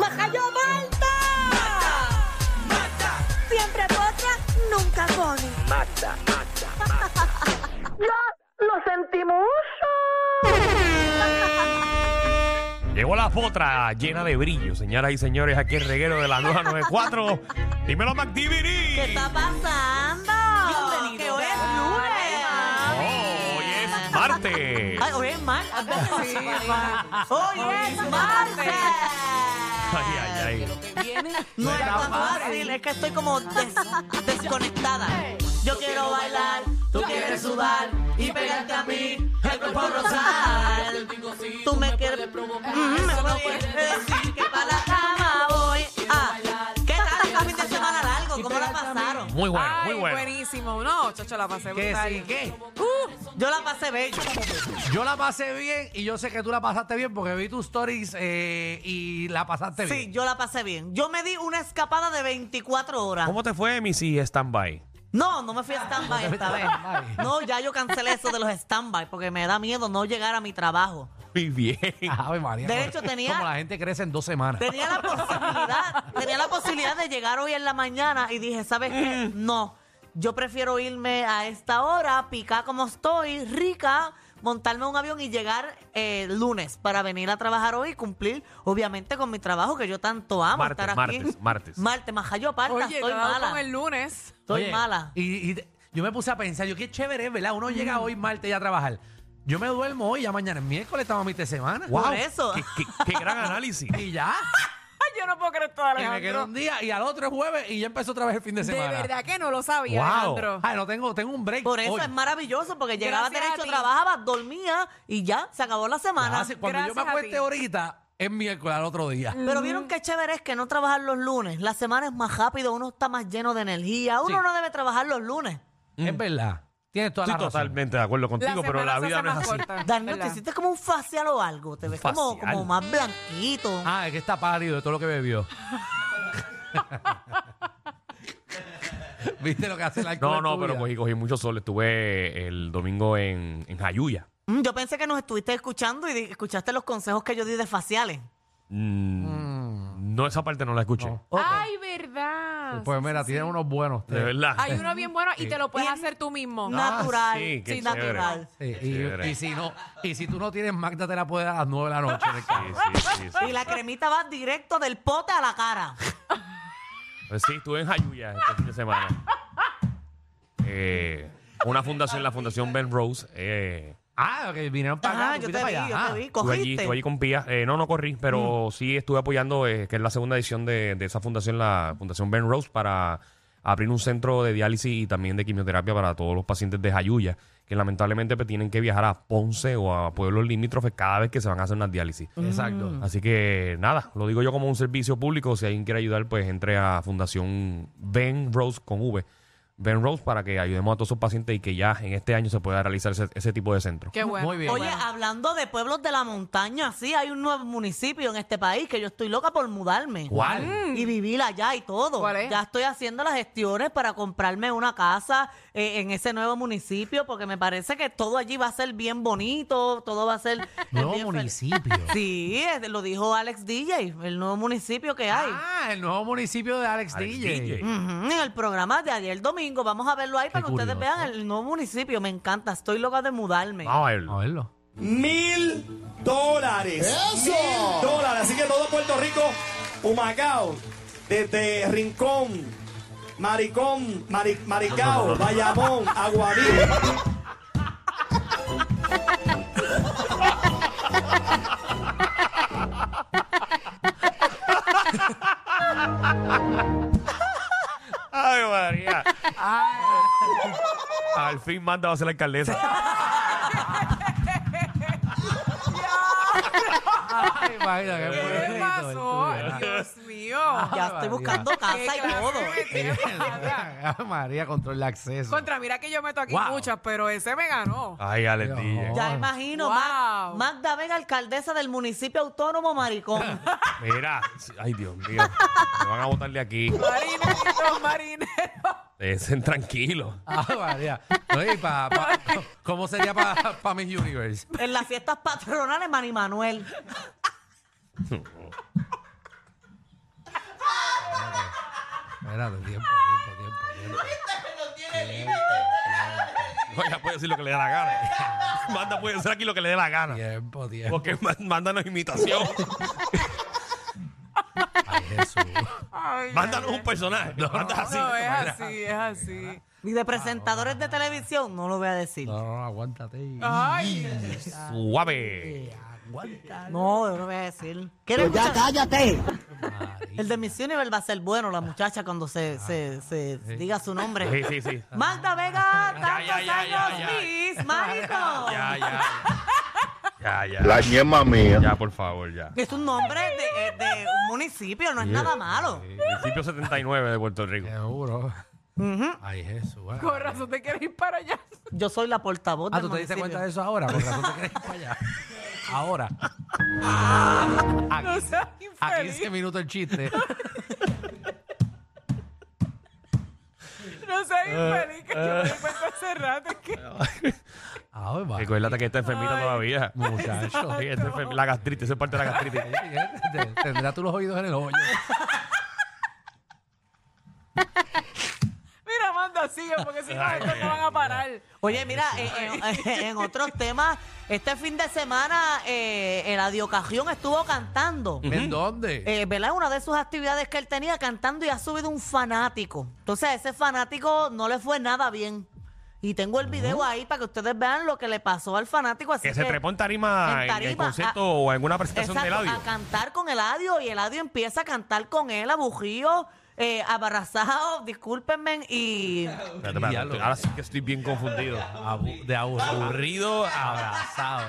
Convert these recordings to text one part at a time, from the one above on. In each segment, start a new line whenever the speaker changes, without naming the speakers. ¡Majayo Malta! Siempre potra, nunca pone.
¡Lo sentimos!
Llegó la potra llena de brillo, señoras y señores, aquí el reguero de la nueva 94. Dímelo, MacDivity.
¿Qué está pasando? Que hoy es
Oh,
lunes.
hoy es martes.
Ay, hoy es martes. Hoy es martes.
Ay, ay, ay.
No era fácil, es que estoy como des- desconectada. Yo quiero bailar, tú quieres sudar y pegarte a mí el cuerpo rosal. Tú me quieres Mm, provocar, solo puedes decir que para la cama voy. Ah, ¿qué tal el fin de semana largo? ¿Cómo la pasaron?
Muy bueno,
Ay,
muy bueno.
buenísimo. No, chacho, la pasé brutal.
¿Qué?
Yo la pasé bella.
Yo la pasé bien y yo sé que tú la pasaste bien porque vi tus stories eh, y la pasaste
Sí,
bien.
yo la pasé bien. Yo me di una escapada de 24 horas.
¿Cómo te fue, Missy Standby?
No, no me fui a stand-by esta vez.
Stand-by.
No, ya yo cancelé eso de los stand-by porque me da miedo no llegar a mi trabajo.
Muy bien.
Ave María.
De
como-
hecho, tenía-
Como la gente crece en dos semanas.
Tenía la posibilidad, tenía la posibilidad de llegar hoy en la mañana y dije, ¿sabes qué? No, yo prefiero irme a esta hora, picar como estoy, rica, montarme un avión y llegar eh, lunes para venir a trabajar hoy y cumplir, obviamente, con mi trabajo que yo tanto amo
Martes,
estar aquí.
martes, martes.
Martes, más yo parta,
Oye,
estoy
te ha dado
mala.
con el lunes.
Estoy
Oye,
mala.
Y, y te- yo me puse a pensar, yo qué chévere es, ¿verdad? Uno llega hoy martes ya a trabajar. Yo me duermo hoy, ya mañana es miércoles, estamos a mitad de semana.
Wow,
Por eso.
Qué, qué- qué gran análisis.
Y ya.
Ay, yo no puedo creer todo,
Y me quedo
Alejandro.
un día y al otro es jueves y ya empezó otra vez el fin de
De
semana.
verdad que no lo sabía,
Wow.
Alejandro.
Ay, no tengo, tengo un break.
Por eso
hoy.
es maravilloso, porque llegaba
Gracias
derecho,
a ti.
trabajaba, dormía y ya, se acabó la semana.
Ah, sí, cuando yo
Gracias
me
a ti.
acueste ahorita, es miércoles al otro día.
Pero vieron qué chévere es que no trabajar los lunes. La semana es más rápido, uno está más lleno de energía. Uno
Sí.
no debe trabajar los lunes.
Es verdad. Tienes toda
Estoy
la razón.
Mm. totalmente de acuerdo contigo, pero la vida no es así.
Daniel, te
¿verdad?
hiciste como un facial o algo. Te ves como,
facial?
como más blanquito.
Ah, es que está pálido de todo lo que bebió. ¿Viste lo que hace el alcohol?
No,
en
no,
tu
pero pues,
vida?
cogí, cogí mucho sol. Estuve el domingo en, en Jayuya.
Mm, Yo pensé que nos estuviste escuchando y di- escuchaste los consejos que yo di de faciales.
Mm, No, esa parte no la escuché.
Ay, verdad.
Pues mira, tiene unos buenos.
De verdad.
Hay uno bien bueno y te lo puedes
Y-
hacer tú mismo.
natural.
sí, qué
sí,
chévere.
natural.
Sí,
Chévere.
y, y si no, y si tú no tienes Magda, te la puedes dar a las 9 de la noche. en el carro.
Sí, sí, sí, sí.
Y la cremita va directo del pote a la cara.
Pues sí, estuve en Jayuya este fin de semana. Eh, una fundación, la fundación Ben Rose. Eh,
Ah, que vinieron para
Ah,
acá. tú
yo
fuiste
te vi,
para allá.
yo
Ah.
te vi.
estuve allí, estuve
Cogiste.
allí con Pía. Eh, no, no corrí, pero sí estuve apoyando, eh, que es la segunda edición de, de esa fundación, la Fundación Ben Rose, para abrir un centro de diálisis y también de quimioterapia para todos los pacientes de Jayuya, que lamentablemente pues, tienen que viajar a Ponce o a pueblos limítrofes cada vez que se van a hacer una diálisis.
Exacto.
Así que nada, lo digo yo como un servicio público. Si alguien quiere ayudar, pues entre a Fundación Ben Rose con V. Ben Rose para que ayudemos a todos esos pacientes y que ya en este año se pueda realizar ese, ese tipo de centro.
Qué bueno.
Ah, Muy bien.
Oye, ah, hablando de pueblos de la montaña, sí, hay un nuevo municipio en este país que yo estoy loca por mudarme.
¿Cuál?
Y vivir allá y todo.
Mm. ¿Cuál es?
Ya estoy haciendo las gestiones para comprarme una casa eh, en ese nuevo municipio porque me parece que todo allí va a ser bien bonito, todo va a ser...
Nuevo
bien fel-
municipio.
Sí, es- lo dijo Alex DJ, el nuevo municipio que hay.
Ah, el nuevo municipio de Alex,
Alex
DJ.
DJ.
Ujú, En el programa de ayer domingo, vamos a verlo ahí para que ustedes
curioso. Ah,
vean el nuevo municipio. Me encanta, estoy loca de mudarme.
Vamos a verlo.
A verlo.
mil dólares. Mil dólares. Así que todo Puerto Rico, Humacao, desde Rincón, Maricón, Mari- Maricao, Bayamón, Aguadilla.
Ay, María. Al fin manda va a ser la alcaldesa.
Ay, Guaida, qué
¿Qué
bonito,
me pasó?
el tuyo, ¿verdad?
Dios mío.
Ah, Ya estoy buscando casa y todo.
Ave Ah, María, control el acceso.
Contra, mira que yo meto aquí
Wow.
muchas, pero ese me ganó.
Ay, Alex
Dios.
DJ.
Ya.
Ya imagino,
Wow.
Ma- Magda Vega, alcaldesa del municipio autónomo Maricón.
Mira, ay, Dios mío. Me van a botar de aquí.
Marinero, marinero.
Estén tranquilos.
Ave Ah, María. Oye, pa, pa- ¿Cómo sería para pa Miss Universe?
En las fiestas patronales, Manny Manuel.
Espérate, tiempo, tiempo, tiempo. tiempo.
No, ella puede decir lo que le dé la gana. Manda puede decir aquí lo que le dé la gana.
Tiempo, tiempo.
Porque ma- mándanos imitación.
Ay, Jesús.
Ay,
Mándanos un personaje. Manda así.
No, es así, es así.
Y de presentadores de televisión, no lo voy a decir.
No, no, no, aguántate.
Ay,
Suave.
Aguanta.
No, yo no voy a decir. ¿Quieres
Pues Ya
escuchar?
cállate.
El de Miss Universe va a ser bueno, la muchacha, cuando se, se, se diga su nombre.
Ah. Sí, sí, sí.
Magda Vega, tantos
ya, ya, ya,
años,
ya.
Miss Maricón.
Ya, ya. Ya, ya.
La ñema mía.
Ya, por favor, ya.
Es un nombre de, eh, de un municipio, no es nada malo.
Municipio 79 de Puerto Rico.
Seguro. Ay, Jesús. ah.
con razón te quieres ir para allá.
Yo soy la portavoz
Ah,
del
¿tú te diste
municipio.
cuenta de eso ahora? Por razón te quieres ir para allá. Ahora.
No
Aquí
seas
A
infeliz.
15 minutos el chiste.
No
Eh,
seas infeliz, que yo me di cuenta hace rato. es que-
Ay, va.
Recuérdate que está enfermita
Ay.
todavía.
Muchacho.
Sí, está enfer- La gastritis, esa es parte de la gastritis.
Te- Tendrás tú los oídos en el hoyo.
Mira, manda, sigue, porque si no, estos no van a parar.
Oye, mira, eh, en, en otros temas, este fin de semana eh, el Adiocajión estuvo cantando.
¿En dónde?
Eh, ¿Verdad? Una de sus actividades que él tenía cantando y ha subido un fanático. Entonces a ese fanático no le fue nada bien. Y tengo el video ahí para que ustedes vean lo que le pasó al fanático. Así
Oh. Que se trepó en tarima en, el
tarima,
concierto
a-
o en una presentación
Exacto,
del
a cantar con Eladio y Eladio empieza a cantar con él, abujío, eh, abrazado, discúlpenme, y
audio. Ahora sí que estoy bien confundido.
Abu- de aburrido, abrazado.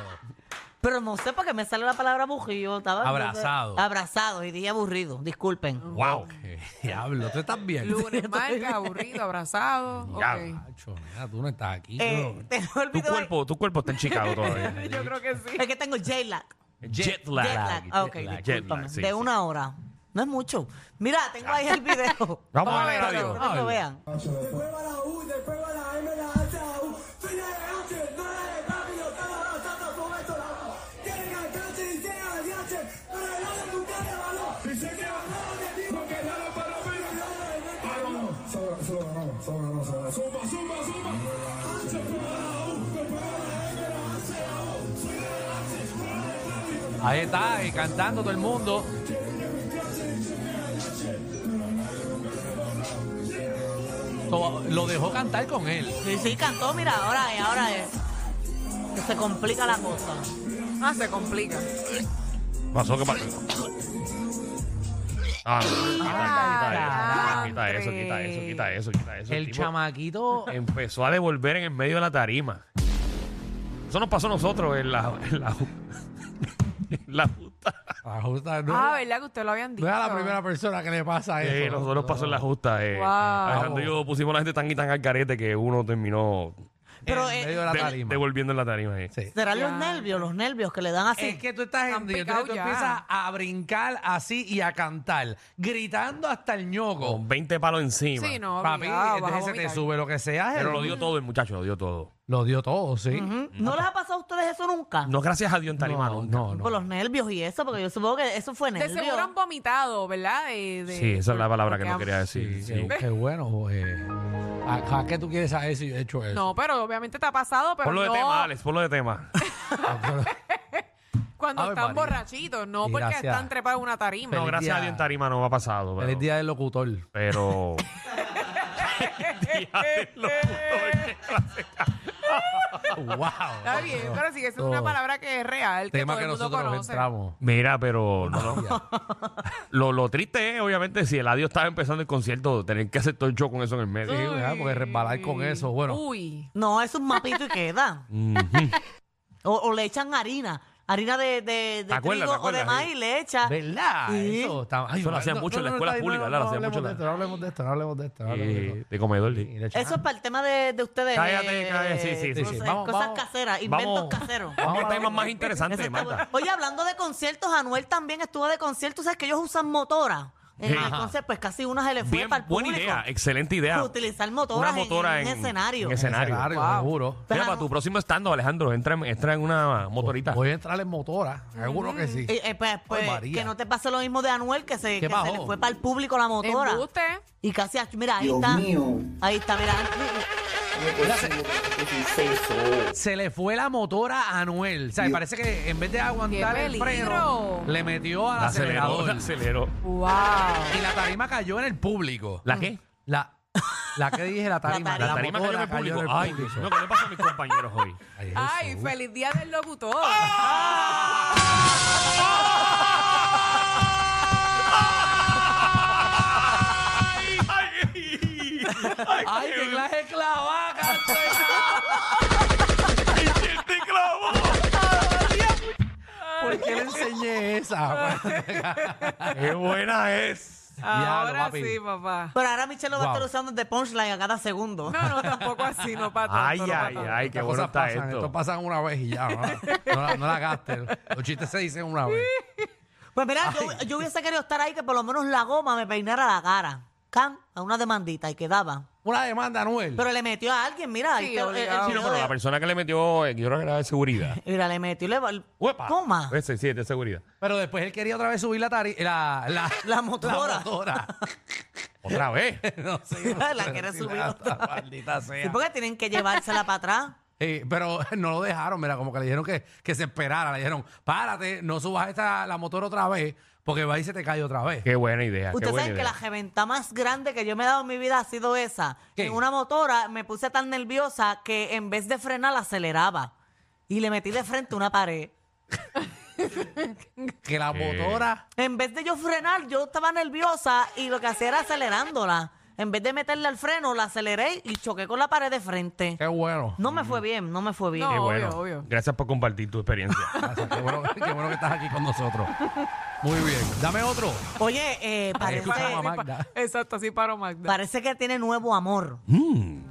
pero no sé por qué me sale la palabra abujío. estaba-
Abrazado.
Abrazado, y dije aburrido, disculpen.
Wow.
Qué Diablo, tú estás bien.
Lunes, martes, aburrido, abrazado. Ok.
Macho, mira, tú no estás aquí.
Eh,
bro.
tengo el
Tu
video ahí.
cuerpo, tu cuerpo está en Chicago todavía.
Yo creo que sí.
Es que tengo jet lag.
Jet
Jet lag.
lag.
Ah, ok,
jet lag,
discúlpame.
sí,
de
sí.
una hora. No es mucho. Mira, tengo ahí el video.
Vamos a ver,
verlo.
adiós.
Quiero que lo vean.
Después va la U, después va la M, la H, la U. Fines de noche, no le papi, yo estaba abrazando con esto, la U. Quieren alcance y llegan al DH, pero el lado de ustedes ganó. Y se quedaron de ti, porque el lado para mí, el lado de mí. Solo- solo ganamos, solo ganamos, solo ganamos. Zumba, zumba, zumba. Después va la U, después va la M, la H, la U. Fines de noche, no le papi, yo
Ahí está, eh, cantando todo el mundo. To- Lo dejó cantar con él.
Sí, sí, cantó, mira, ahora es, ahora es. Que se complica la cosa.
Ah, se complica.
Pasó que pasó. Ah, no, quita, quita, eso, quita eso, quita eso, quita eso, quita eso.
El
tipo
chamaquito. eh,
empezó a devolver en el medio de la tarima. Eso nos pasó a nosotros en la en la, en la justa.
Ajusta, no,
Ah, ¿verdad que usted lo habían
no
dicho?
era la primera persona que le pasa eso.
Sí, Eh, nosotros nos pasó en la justa. Eh.
Wow.
Alejandro y yo pusimos a la gente tan y tan al carete que uno terminó
Pero
en
eh,
medio de la
de-
tarima.
devolviendo en la tarima. eh.
Sí.
serán los
Ya. Eh.
nervios, los nervios que le dan así.
Es que tú estás
Han
en entonces tú
picado ya.
empiezas a brincar así y a cantar, gritando hasta el ñoco.
Con 20 palos encima.
Sí, no,
Papi,
obligado, vas a
entonces se te
vomitar.
sube lo que sea.
Pero
el-
lo dio todo el muchacho, lo dio todo.
lo dio todo, sí.
Ujú. ¿Mm? ¿No les ha pasado a ustedes eso nunca?
Mm, No, gracias a Dios en tarima.
No,
nunca.
no, no.
Por los nervios y eso, porque yo supongo que eso fue
De
nervio.
seguro han vomitado, ¿verdad? De- de-
Sí, esa es la palabra que
porque
no
han-
quería decir.
Sí,
sí.
Qué, qué bueno. eh. ¿A, a qué tú quieres saber si yo he hecho eso?
No, pero obviamente te ha pasado, pero
Ponlo de
no
tema, Alex, ponlo de tema.
cuando
Ave
están
María.
borrachitos, no
Y
porque
gracias.
están trepados en una tarima.
No, gracias a Dios en tarima no me ha pasado.
Feliz
Pero...
día del locutor.
pero... Feliz día de los putos.
¡Wow!
Está bien, pero sigue siendo una
Todo.
palabra que es real, que
Tema
todo
que
el mundo
nosotros
conoce.
entramos.
Mira, pero... no, no. Lo, lo triste es, obviamente, si el adiós estaba empezando el concierto, tener que hacer todo el show con eso en el medio.
Sí, ¿verdad? Porque resbalar con eso, bueno.
Uy.
Mm.
No, es un mapito y queda. o, o le echan harina. harina de, de, de
¿Te acuerdas,
trigo
te acuerdas,
o de maíz
sí?
le echa.
¿Verdad?
Sí.
Eso, está- ay,
Eso lo hacían
no,
mucho en
no,
la
no,
escuela
no,
pública,
no,
¿verdad? Lo
no
hacían mucho
hablemos
en la-
de esto, No hablemos de esto, no hablemos de esto. no hablemos de
Eh,
esto.
de comedor. sí.
Y le echa-
Eso es para el tema de, de ustedes.
Cállate,
eh,
cállate, sí, sí,
no
sí,
sé,
sí.
Vamos,
cosas
vamos.
caseras, inventos
Vamos.
caseros.
Vamos
Vamos
a
a
temas más
Eso
interesantes,
está bueno.
Marta.
Oye, hablando de conciertos, Anuel también estuvo de conciertos. ¿Sabes que ellos usan motora? Eh,
Ajá.
Entonces, pues casi una se le fue
Bien,
para el
buena
público.
idea, excelente idea.
Utilizar motoras en- en escenario.
en escenario.
Escenario, seguro.
Mira,
Pero Pues,
para
no-
tu próximo estando, Alejandro, entra, en- entra en una motorita.
Voy a entrar en motora, seguro que sí.
Eh, eh, pues, pues,
María.
que no te pase lo mismo de Anuel, que se, que se
bajó?
le fue para el público la motora.
Embuste.
Y casi, ach- mira, ahí está. Ahí está, mira.
Se le fue la motora a Anuel. O sea, parece que en vez de aguantar
¡Qué
el freno,
peligro!
le metió
pues,
al
La aceleró,
acelerador.
la aceleró.
¡Wow!
Y la tarima cayó en el público.
¿La qué?
La, la que dije, la tarima.
La
La tarima cayó en el
motora
público. Ay, Dios mío, ¿qué le pasa a mis compañeros hoy?
Ay, Jesús.
¡Ay, feliz día del locutor!
¡Ah! ¡Ay! ¡Ay!
Ay, qué clase de clavaca,
¡Ay, te clavó!
¿Por qué le enseñé esa?
¡Qué buena es!
Diablo,
Ahora
papi.
sí, papá.
Pero ahora Michelle lo va a estar
Wow.
usando de punchline a cada segundo.
No, no, tampoco así, no para tanto.
¡Ay,
no pa'
ay,
tanto.
ay! ¡Qué
Estas
bueno
cosas
está
pasan,
esto!
Esto pasan una vez y ya. No, no, la- no la gastes. Los chistes se dicen una vez.
Pues mira, yo, yo hubiese querido estar ahí que por lo menos la goma me peinara la cara. Can, a una demandita y quedaba.
Una demanda, Anuel.
Pero le metió a alguien, mira. ahí
Sí,
está el- el
obligado.
Sí, no,
video
pero la
de-
persona que le metió, eh, yo creo que era de seguridad.
Mira, le metió y le va.
¡Uepa! Pues
Toma.
Ese, sí, es de seguridad.
Pero después él quería otra vez subir la tari- la, la,
La motora.
la motora.
¡Otra vez!
no sé.
La
sé
quiere
si
subir
la-
otra vez.
maldita sea.
Sí, porque tienen que llevársela para atrás.
Eh, pero no lo dejaron, mira, como que le dijeron que, que se esperara. Le dijeron, párate, no subas esta, la motora otra vez, porque va y se te cae otra vez.
¡Qué buena idea! qué
Ustedes
buena
saben que
idea.
la reventa más grande que yo me he dado en mi vida ha sido esa.
¿Qué?
En una motora me puse tan nerviosa que en vez de frenar la aceleraba y le metí de frente una pared.
Que la
Eh.
motora...
En vez de yo frenar, yo estaba nerviosa y lo que hacía era acelerándola. En vez de meterle al freno, la aceleré y choqué con la pared de frente.
Qué bueno.
No me fue bien, no me fue bien.
Qué
No.
bueno.
Obvio, obvio.
Gracias por compartir tu experiencia.
Gracias, qué bueno. Qué bueno que estás aquí con nosotros. Muy bien. Dame otro.
Oye, eh, parece,
Escuchamos a
Así pa-
Magda.
Exacto, así paro Magda.
parece que tiene nuevo amor.
Bien.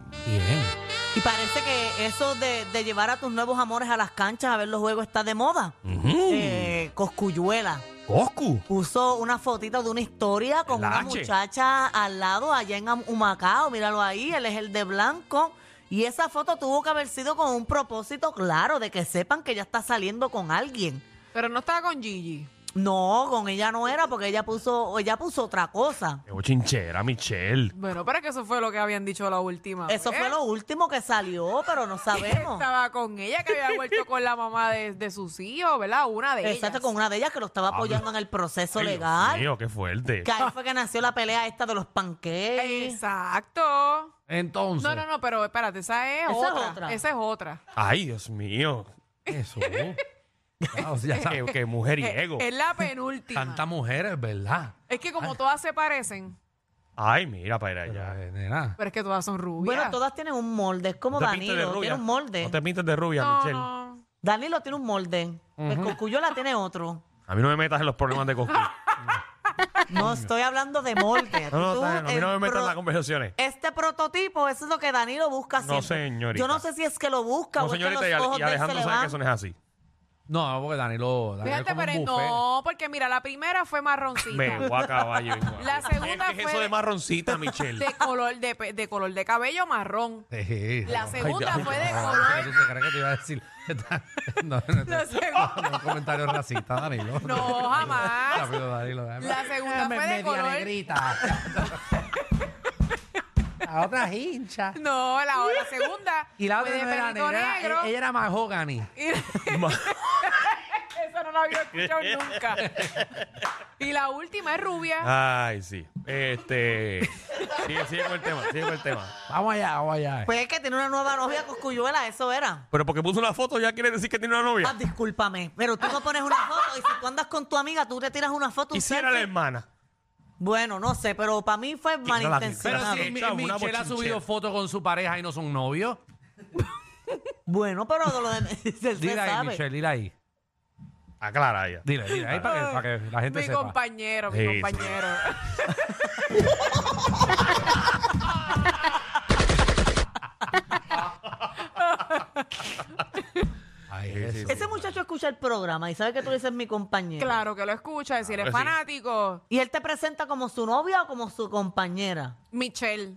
Y parece que eso de, de llevar a tus nuevos amores a las canchas a ver los juegos está de moda. Eh, Coscuyuela
¡Coscu!
puso una fotito de una historia con
La
una
H.
muchacha al lado allá en Am- Humacao, míralo ahí, él es el de blanco. Y esa foto tuvo que haber sido con un propósito claro de que sepan que ella está saliendo con alguien.
Pero no estaba con Gigi.
No, con ella no era porque ella puso, ella puso otra cosa.
¡Qué bochinchera, Michelle!
Bueno, pero que eso fue lo que habían dicho la
Ah,
última.
Eso
pues.
fue
vez.
lo último que salió, pero no sabemos.
Estaba con ella, que había vuelto con la mamá de, de sus hijos, ¿verdad? Una de
Exacto,
ellas.
con una de ellas que lo estaba apoyando en el proceso
Ah, pues. Ay, Dios
legal.
mío, qué fuerte!
Que ahí fue que nació la pelea esta de los panqueques.
Exacto.
Entonces...
No, no, no, pero espérate, esa es
Esa es
otra.
otra.
Esa es otra.
¡Ay, Dios mío!
Eso. Claro, si ya sabes.
¡Qué, qué mujeriego!
Es la penúltima.
Tantas mujeres, ¿verdad?
Es que como todas se parecen,
¡Ay, mira para allá!
Eh, nena.
pero es que todas son rubias.
Bueno, todas tienen un molde. Es como
No te pintes de
Danilo.
rubia.
Tiene un molde.
No te pintes de rubia,
No,
Michelle.
no.
Danilo tiene un molde. El Cocuyola tiene otro.
A mí no me metas en los problemas de Coscu.
No estoy hablando de molde.
No, no,
Tú,
está bien, a mí
el
no me metas
pro-
en las conversaciones.
Este prototipo, eso es lo que Danilo busca
No,
siempre.
señorita.
Yo no sé si es que lo busca
No,
o es que
señorita, y,
los
Ale-
ojos
y
de él se
Alejandro
le
sabe que
van.
eso no es así.
No, porque Danilo... Danilo es
Fíjate,
como un
pero
buffet.
no, porque mira, la primera fue marroncita.
Me voy a caballo. hijo.
La segunda
¿Qué es
fue
eso de
de-
marroncita, Michelle?
De color de, pe- de color de cabello marrón.
Sí,
La
no.
segunda
Ay, ya,
fue de
no,
color.
¿Tú te crees que te iba a decir? no, no, no.
La segunda,
No, un comentario racista, Danilo.
No, jamás.
Rápido, Danilo.
La segunda fue de color.
A otras hinchas.
no, la, la segunda
Y la
fue
otra
de
no era
pelito
negra,
negro.
e- Ella era mahogany.
Y- Eso no lo había escuchado nunca. Y la última es rubia.
Ah,
Ay, sí. Este. Sigue, sigue con el tema, sigue con el tema.
Vamos allá, vamos allá.
Pues es que tiene una nueva novia Coscuyuela, eso era.
Pero porque puso una foto ya quiere decir que tiene una
Ah,
novia.
discúlpame, pero tú no pones una foto y si tú andas con tu amiga, tú te tiras una foto. un
Y si era la
selfie.
hermana.
Bueno, no sé, pero para mí fue
la vi.
Pero
malintencionado.
si
sí,
Mi-
Una
Michelle
bochinchera.
ha subido fotos con su pareja y no son novios.
Bueno, pero de lo de... se
Dile ahí,
sabe.
Michelle, dile ahí.
Aclara ella.
Dile, dile, ahí para que, para que la gente
mi
sepa.
compañero, mi
Sí, sí.
compañero.
Ay, Jesús.
Ese muchacho escucha el programa y sabe que tú dices mi compañero.
Claro que lo escucha, si eres
Claro que sí.
fanático,
Y él te presenta como su novia o como su compañera.
Michelle.